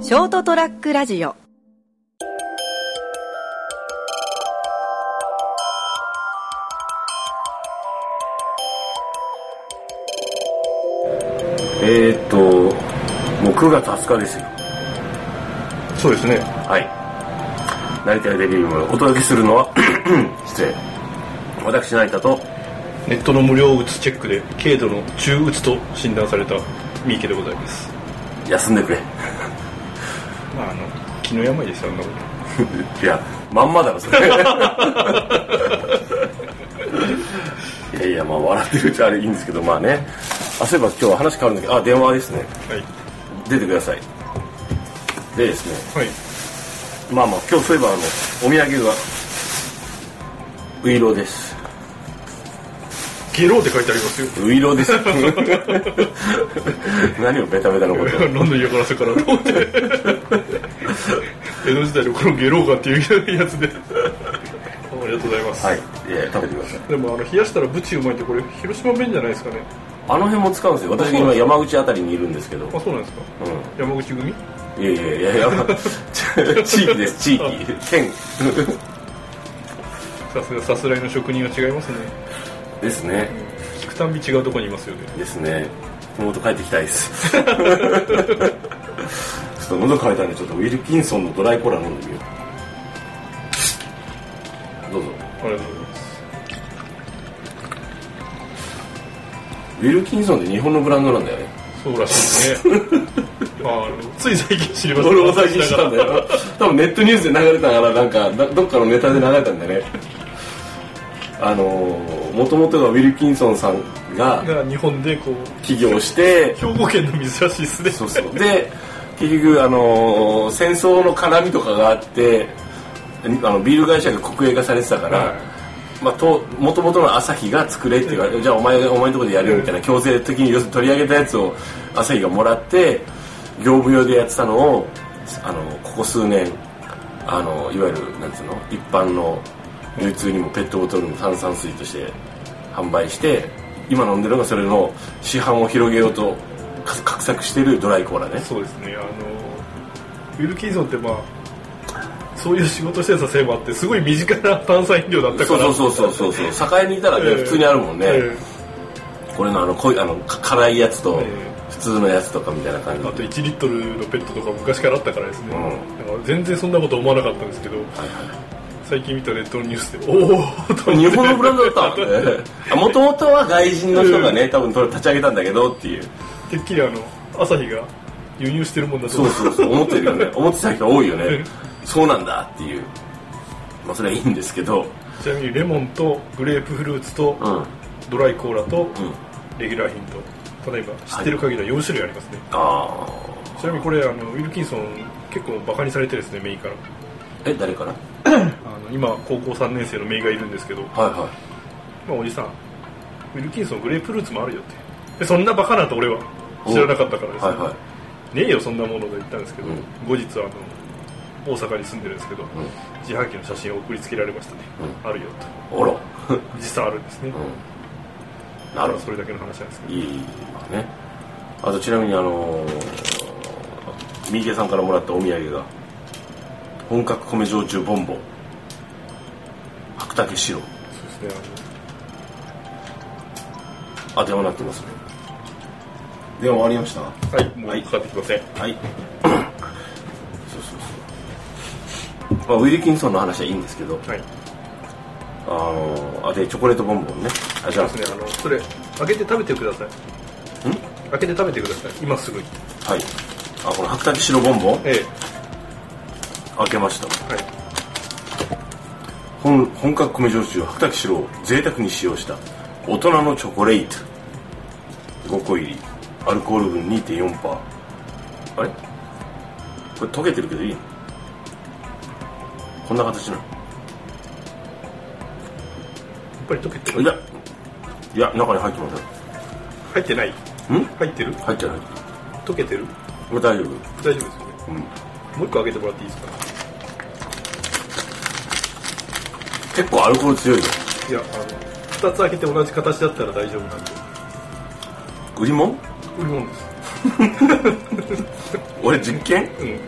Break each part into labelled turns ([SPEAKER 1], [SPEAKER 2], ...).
[SPEAKER 1] ショートトラックラジオ
[SPEAKER 2] えー、っと、もう9月20日ですよ。
[SPEAKER 3] そうですね。
[SPEAKER 2] はい。成田やデリリウムをお届けするの は、失礼。私、成田と、
[SPEAKER 3] ネットの無料うつチェックで軽度の中うつと診断された三池でございます。
[SPEAKER 2] 休んでくれ。
[SPEAKER 3] まああの気の病ですよあんなこ
[SPEAKER 2] いや、まんまだろ、それ。 いやいや、まあ、笑ってるうちはあれいいんですけど、まあね。あ、そういえば今日は話変わるんだけど、あ、電話ですね。
[SPEAKER 3] と。はい。
[SPEAKER 2] 出てください。でですね、
[SPEAKER 3] はい。
[SPEAKER 2] まあまあ、今日そういえば、あの、お土産が、ウイローです。
[SPEAKER 3] ゲローって書いてありますよ。
[SPEAKER 2] ウイローです。 何をベタベタのことを。
[SPEAKER 3] なんで嫌がらせ かなと思って。江戸時代のこのゲローがっていうやつで。 ありがとうございます。
[SPEAKER 2] はい、いや食べてください。
[SPEAKER 3] でもあの冷やしたらブチうまいってこれ広島弁じゃないですかね。
[SPEAKER 2] あの辺も使うんですよ。私今山口あたりにいるんですけど。
[SPEAKER 3] あそうなんですか。
[SPEAKER 2] う
[SPEAKER 3] 山口組。
[SPEAKER 2] ん。いやいやいや山 地域です地域県
[SPEAKER 3] さすがさすらいの職人は違いますね。
[SPEAKER 2] ですね
[SPEAKER 3] 聞くたんび違うとこにいますよね。
[SPEAKER 2] ですね。元帰ってきたい です。ちょっと喉乾いたんでちょっとウィルキンソンのドライコーラ飲んでみよう。どうぞ。
[SPEAKER 3] ありがとうございます。
[SPEAKER 2] ウィルキンソンって日本のブランドなんだよね。
[SPEAKER 3] そうらしいですね。 まああのつい最近知りました。
[SPEAKER 2] 俺も最近知ったんだよ。多分ネットニュースで流れたから、なんか、どどっかのネタで流れたんだね。あのー、もともとがウィルキンソンさんが
[SPEAKER 3] が日本でこう
[SPEAKER 2] 起業して、
[SPEAKER 3] 兵庫県の珍しいですね
[SPEAKER 2] そうそう。で、結局、あのー、戦争の絡みとかがあって、あのビール会社が国営化されてたから、
[SPEAKER 3] は
[SPEAKER 2] まあ、と元々の朝日が作れって言われて、じゃあお前お前のところでやるよみたいな強制的に要するに取り上げたやつを朝日がもらって業務用でやってたのをあのここ数年あのいわゆるなんつうの一般の流通にもペットボトルの炭酸水として販売して今飲んでるのがそれの市販を広げようとか画策してるドライコーラね
[SPEAKER 3] そうですねあのウィルキンソンってまあそういう仕事してたせいもあってすごい身近な炭酸飲料だった
[SPEAKER 2] そ
[SPEAKER 3] か
[SPEAKER 2] う
[SPEAKER 3] ら
[SPEAKER 2] そうそうそうそう そう境にいたらね
[SPEAKER 3] ええ
[SPEAKER 2] 普通にあるもんね、
[SPEAKER 3] え
[SPEAKER 2] これのあの濃いあのか辛いやつと
[SPEAKER 3] ええ
[SPEAKER 2] 普通のやつとかみたいな感じ
[SPEAKER 3] えあと1リットルのペットとか昔からあったからですね、
[SPEAKER 2] うん
[SPEAKER 3] だから全然そんなこと思わなかったんですけど、最近見たネットのニュースでおおと思
[SPEAKER 2] 日
[SPEAKER 3] って
[SPEAKER 2] 本のブランドだったわ ねあ元々は外人の人がね多分それ立ち上げたんだけどっていう
[SPEAKER 3] てっきりあの朝日が輸入してるもんだと
[SPEAKER 2] そうそうそう思ってるよね 思ってた人多いよね
[SPEAKER 3] え
[SPEAKER 2] そうなんだっていうまあそれはいいんですけど
[SPEAKER 3] ちなみにレモンとグレープフルーツと、
[SPEAKER 2] うんあ
[SPEAKER 3] ドライコーラとレギュラー品と例えば知ってる限りは4種類ありますね、
[SPEAKER 2] あ
[SPEAKER 3] ちなみにこれあのウィルキンソン結構バカにされてですねメイから
[SPEAKER 2] え誰から
[SPEAKER 3] あの今高校3年生のメイがいるんですけど、ま
[SPEAKER 2] はいは
[SPEAKER 3] あ、おじさんウィルキンソングレープフルーツもあるよってでそんなバカなんて俺は知らなかったからで
[SPEAKER 2] い
[SPEAKER 3] すね、
[SPEAKER 2] はいはい
[SPEAKER 3] ねえよそんなものと言ったんですけど、
[SPEAKER 2] うん
[SPEAKER 3] 後日あの大阪に住んでるんですけど、自販機の写真を送りつけられましたね、あるよと
[SPEAKER 2] おろ
[SPEAKER 3] 実際あるんですね、
[SPEAKER 2] うんなるほど
[SPEAKER 3] それだけの話なんですけど
[SPEAKER 2] いいまあねあとちなみにあのー三池さんからもらったお土産が本格米焼酎ボンボン白竹白
[SPEAKER 3] そうですねあの
[SPEAKER 2] あ電話なってますね電話終わりました
[SPEAKER 3] はい、もうかかってきません。
[SPEAKER 2] はい そうそうそう、まあ、ウィルキンソンの話はいいんですけど
[SPEAKER 3] はい。
[SPEAKER 2] あのあでチョコレートボンボンねあじゃ
[SPEAKER 3] ですね、あの、それ、開けて食べてください。
[SPEAKER 2] ん
[SPEAKER 3] 開けて食べてください。今すぐに。
[SPEAKER 2] あはいあこの白竹白ボンボン
[SPEAKER 3] ええ。
[SPEAKER 2] 開けました
[SPEAKER 3] はい。
[SPEAKER 2] 本本格米焼酎白滝白を贅沢に使用した大人のチョコレート5個入りアルコール分2.4%パーあれこれ溶けてるけどいいのこんな形なの
[SPEAKER 3] やっぱり溶けて
[SPEAKER 2] い
[SPEAKER 3] る。
[SPEAKER 2] やいや中に入ってます
[SPEAKER 3] 入ってない
[SPEAKER 2] ん
[SPEAKER 3] 入って
[SPEAKER 2] 入って
[SPEAKER 3] る
[SPEAKER 2] る入ってる
[SPEAKER 3] 溶けてる
[SPEAKER 2] これ大丈夫
[SPEAKER 3] 大丈夫ですよね。もう一個開けてもらっていいですか
[SPEAKER 2] 結構アルコール強いよ
[SPEAKER 3] いや、あの、二つ開けて同じ形だったら大丈夫なんで。
[SPEAKER 2] 売り物
[SPEAKER 3] 売り物です
[SPEAKER 2] 俺実験
[SPEAKER 3] うん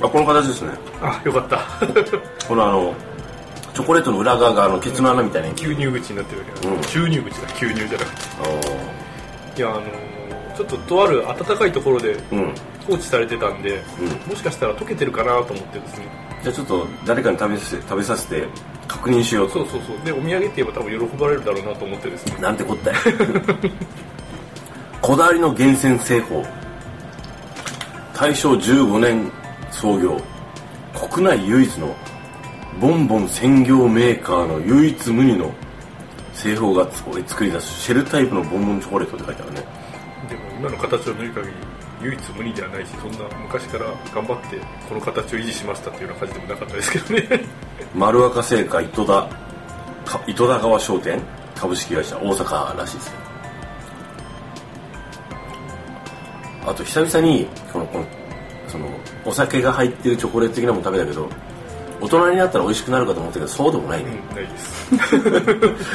[SPEAKER 2] あこの形ですね
[SPEAKER 3] あよかった
[SPEAKER 2] このあのチョコレートの裏側があのケツの穴みたいな
[SPEAKER 3] 吸入口になってるけど、
[SPEAKER 2] うん
[SPEAKER 3] 注入口だ吸入じゃなくて
[SPEAKER 2] あの
[SPEAKER 3] いやあのーちょっととある暖かいところで
[SPEAKER 2] うん
[SPEAKER 3] 放置されてたんで、もしかしたら溶けてるかなと思ってですね
[SPEAKER 2] じゃあちょっと誰かに食べさせ食べさせて確認しようと
[SPEAKER 3] そうそうそうでお土産って言えば多分喜ばれるだろうなと思ってですね
[SPEAKER 2] なんてこったい こだわりの厳選製法大正15年創業国内唯一のボンボン専業メーカーの唯一無二の製法がつ作り出すシェルタイプのボンボンチョコレートって書いてあるね
[SPEAKER 3] でも今の形を見る限り唯一無二ではないしそんな昔から頑張ってこの形を維持しましたっていうような感じでもなかったですけどね
[SPEAKER 2] 丸若製菓糸田か糸田川商店株式会社大阪らしいですよあと久々にこのこのそのお酒が入ってるチョコレート的なもの食べたけど大人になったら美味しくなるかと思ったけどそうでもない
[SPEAKER 3] うん
[SPEAKER 2] ね、
[SPEAKER 3] ないです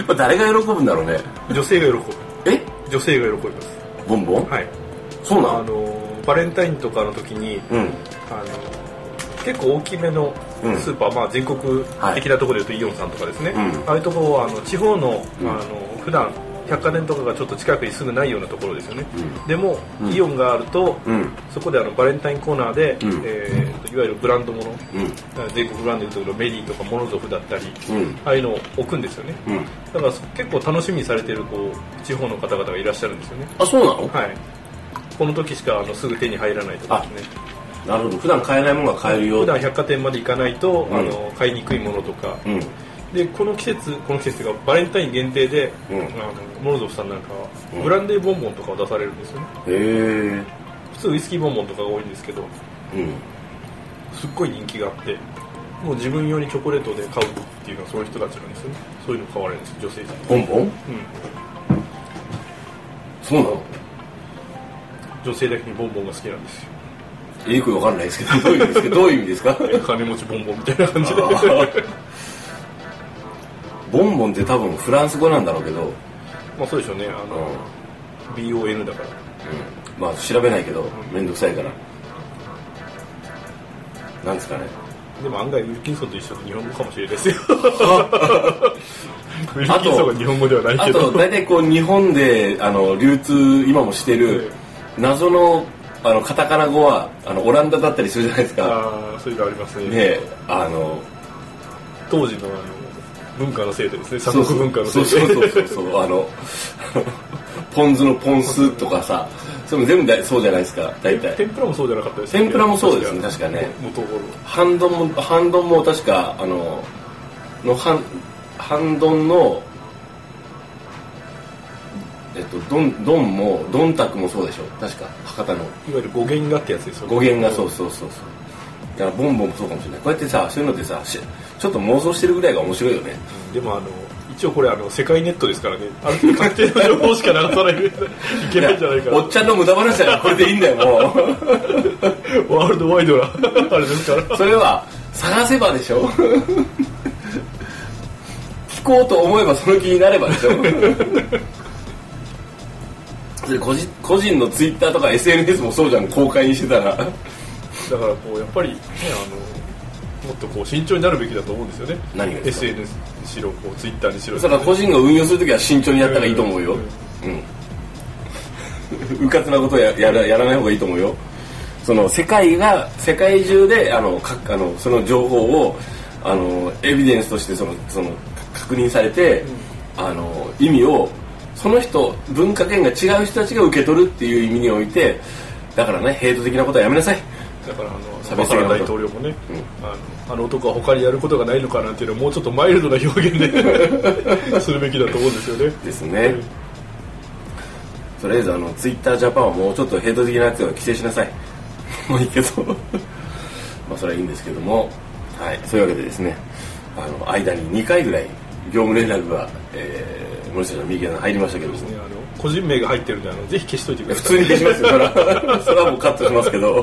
[SPEAKER 2] まあ、誰が喜ぶんだろうね
[SPEAKER 3] 女性が喜ぶ
[SPEAKER 2] え
[SPEAKER 3] 女性が喜びます
[SPEAKER 2] ボンボン
[SPEAKER 3] はい
[SPEAKER 2] そうな
[SPEAKER 3] あ
[SPEAKER 2] の
[SPEAKER 3] のバレンタインとかの時に
[SPEAKER 2] うん
[SPEAKER 3] あの結構大きめの
[SPEAKER 2] うん
[SPEAKER 3] スーパー、まあ、全国
[SPEAKER 2] はい
[SPEAKER 3] 的なところで言うとイオンさんとかですね、
[SPEAKER 2] うん
[SPEAKER 3] ああいうところはあの地方の,、
[SPEAKER 2] うん
[SPEAKER 3] あの普段百貨店とかがちょっと近くにすぐないようなところですよね、
[SPEAKER 2] う
[SPEAKER 3] でも、
[SPEAKER 2] うん
[SPEAKER 3] イオンがあると、
[SPEAKER 2] うん
[SPEAKER 3] そこであのバレンタインコーナーで、
[SPEAKER 2] うん
[SPEAKER 3] えーといわゆるブランドもの
[SPEAKER 2] うん
[SPEAKER 3] 全国ブランドでいうところのメリーとかモノゾフだったり、
[SPEAKER 2] うん
[SPEAKER 3] ああいうのを置くんですよね
[SPEAKER 2] うん
[SPEAKER 3] だからそ結構楽しみにされてるこう地方の方々がいらっしゃるんですよね
[SPEAKER 2] あそうなの
[SPEAKER 3] はいこの時しかあのすぐ手に入らないとかですね
[SPEAKER 2] なるほど普段買えないものが買えるよ
[SPEAKER 3] 普段百貨店まで行かないと、
[SPEAKER 2] うん
[SPEAKER 3] あの買いにくいものとか
[SPEAKER 2] うん
[SPEAKER 3] でこの季節この季節がバレンタイン限定で、
[SPEAKER 2] うん
[SPEAKER 3] あのモロゾフさんなんかは、
[SPEAKER 2] うん
[SPEAKER 3] ブランデーボンボンとかを出されるんですよね
[SPEAKER 2] へえ
[SPEAKER 3] 普通ウイスキーボンボンとかが多いんですけど
[SPEAKER 2] うん
[SPEAKER 3] すっごい人気があってもう自分用にチョコレートで買うっていうのはそういう人たちなんですよねそういうの買われるんです女性陣
[SPEAKER 2] ボンボン
[SPEAKER 3] うん
[SPEAKER 2] そうなの
[SPEAKER 3] 女性だけにボンボンが好きなんですよ
[SPEAKER 2] えよくわかんないですけど、どういう意味ですかどういう意味ですか
[SPEAKER 3] 金持ちボンボンみたいな感じで
[SPEAKER 2] あーボンボンって多分フランス語なんだろうけど、
[SPEAKER 3] まあそうでしょうねあ
[SPEAKER 2] うん
[SPEAKER 3] の、BON だから
[SPEAKER 2] まあ調べないけど、めんどくさいから。なんですかね。
[SPEAKER 3] でも案外ウィルキンソンと一緒で日本語かもしれないですよ ウィルキン
[SPEAKER 2] あと
[SPEAKER 3] ソンが日本語ではない
[SPEAKER 2] あ
[SPEAKER 3] け
[SPEAKER 2] と、
[SPEAKER 3] ど
[SPEAKER 2] 大体こう、日本で、あの、流通、今もしてる、謎の、あの、カタカナ語は、あの、オランダだったりするじゃないですか。
[SPEAKER 3] ああそういうのありますね
[SPEAKER 2] ねえ、あの、
[SPEAKER 3] 当時のあの文化のせいでですね三国文化のせ
[SPEAKER 2] そ
[SPEAKER 3] いう
[SPEAKER 2] そうそう
[SPEAKER 3] で
[SPEAKER 2] そうそうそうあのポン酢のポン酢とかさそれも全部だそうじゃないですか大体
[SPEAKER 3] 天ぷらもそうじゃなかったです
[SPEAKER 2] 天ぷらもそうですね確かね
[SPEAKER 3] 元頃
[SPEAKER 2] ハンドンもハンドンも確かあののハンハンドンのえっとドンドンもドンタクもそうでしょ確か博多の
[SPEAKER 3] いわゆる語源がってやつですよ
[SPEAKER 2] 語源がそううそうそうそうだからボンボンもそうかもしれないこうやってさそういうのってさしちょっと妄想してるぐらいが面白いよね
[SPEAKER 3] でもあの一応これあの世界ネットですからねある程度確定の情報しか流さないといけないんじゃないかな
[SPEAKER 2] おっちゃんの無駄話だからこれでいいんだよもう
[SPEAKER 3] ワールドワイドなあれですか ら
[SPEAKER 2] それは探せばでしょ聞こうと思えばその気になればでしょ で個人個人のツイッターとか SNS もそうじゃん公開にしてたら
[SPEAKER 3] だからこうやっぱりねあのもっとこう慎重になるべきだと思うんですよね
[SPEAKER 2] 何がですか
[SPEAKER 3] SNS にしろこう Twitter にしろ
[SPEAKER 2] だから個人が運用するときは慎重にやった方がいいと思うようんうかつなことややらやらない方がいいと思うよその世界が世界中であのかあのその情報をあのエビデンスとしてそのその確認されて、あの意味をその人文化圏が違う人たちが受け取るっていう意味においてだからねヘイト的なことはやめなさい
[SPEAKER 3] だからあの
[SPEAKER 2] 差
[SPEAKER 3] サ
[SPEAKER 2] 別的なこ
[SPEAKER 3] バサラ
[SPEAKER 2] と
[SPEAKER 3] 大統領もね、あのあの男は他にやることがないのかなんていうのをもうちょっとマイルドな表現で するべきだと思うんですよね
[SPEAKER 2] ですねとりあえずあのツイッタージャパンはもうちょっとヘイト的なやつを規制しなさい もういいけど まあそれはいいんですけどもはいそういうわけでですねあの間に2回ぐらい業務連絡が、えー、森下の右側に入りましたけども
[SPEAKER 3] ねあの個人名が入ってるんであのぜひ消しといてく だ
[SPEAKER 2] 普
[SPEAKER 3] さい
[SPEAKER 2] 通に消しますよそれは それはもうカットしますけど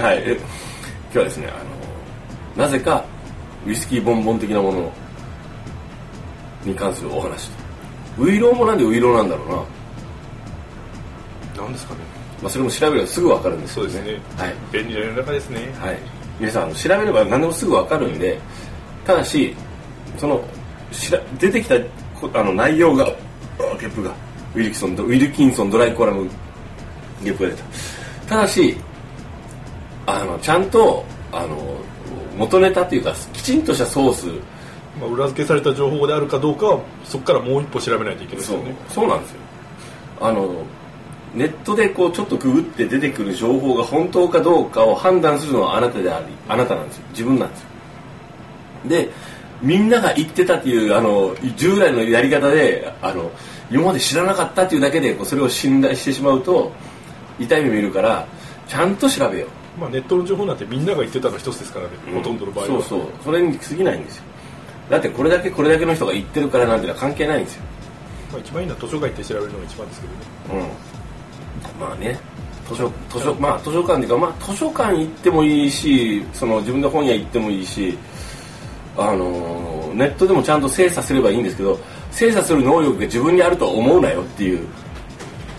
[SPEAKER 2] はいえ今日はですねあのなぜかウイスキーボンボン的なものに関するお話とウイローもなんでウイローなんだろうな
[SPEAKER 3] なんですかね
[SPEAKER 2] まあ、それも調べればすぐ分かるんですよね
[SPEAKER 3] そうですね
[SPEAKER 2] はい
[SPEAKER 3] 便利な世の中ですね
[SPEAKER 2] はい、皆さんあの調べれば何でもすぐ分かるんでただしそのしら出てきたこあの内容があゲップがウィルキソンドウィルキンソンドライコラムゲップが出たただしあのちゃんとあの元ネタというかきちんとしたソース
[SPEAKER 3] まあ、裏付けされた情報であるかどうかはそこからもう一歩調べないといけないです
[SPEAKER 2] そう
[SPEAKER 3] よね
[SPEAKER 2] そうなんですよあのネットでこうちょっとググって出てくる情報が本当かどうかを判断するのはあなたでありあなたなんですよ自分なんですよでみんなが言ってたっていうあの従来のやり方であの今まで知らなかったっていうだけでこうそれを信頼してしまうと痛い目見るからちゃんと調べよう
[SPEAKER 3] まあ、ネットの情報なんてみんなが言ってたの一つですからね、ほとんどの場合は
[SPEAKER 2] そうそうそれに過ぎないんですよだってこれだけこれだけの人が言ってるからなんてのは関係ないんですよ
[SPEAKER 3] まあ、一番いいのは図書館行って調べるのが一番ですけどね
[SPEAKER 2] うん、まあね図書図書まあ図書館っていうかまあ図書館行ってもいいしその自分で本屋行ってもいいしあのーネットでもちゃんと精査すればいいんですけど精査する能力が自分にあるとは思うなよっていう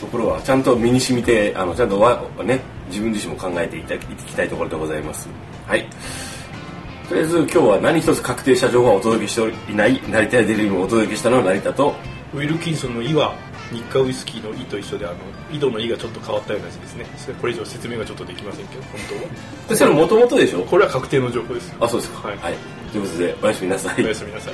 [SPEAKER 2] ところはちゃんと身に染みてあのちゃんとわね自分自身も考えていたいきたいところでございますはいとりあえず今日は何一つ確定した情報はお届けしていない成田やデリルもお届けしたのは成田と
[SPEAKER 3] ウィルキンソンの「イ」は日課ウイスキーの「イ」と一緒であの井戸の「イ」がちょっと変わったようなやつですねそれこれ以上説明がちょっとできませんけど本当
[SPEAKER 2] でそれもともとでしょ
[SPEAKER 3] はこれは確定の情報ですよ
[SPEAKER 2] あ、そうですか。
[SPEAKER 3] はい、
[SPEAKER 2] はい。ということで、おやすみなさ
[SPEAKER 3] お
[SPEAKER 2] い
[SPEAKER 3] や。すみなさい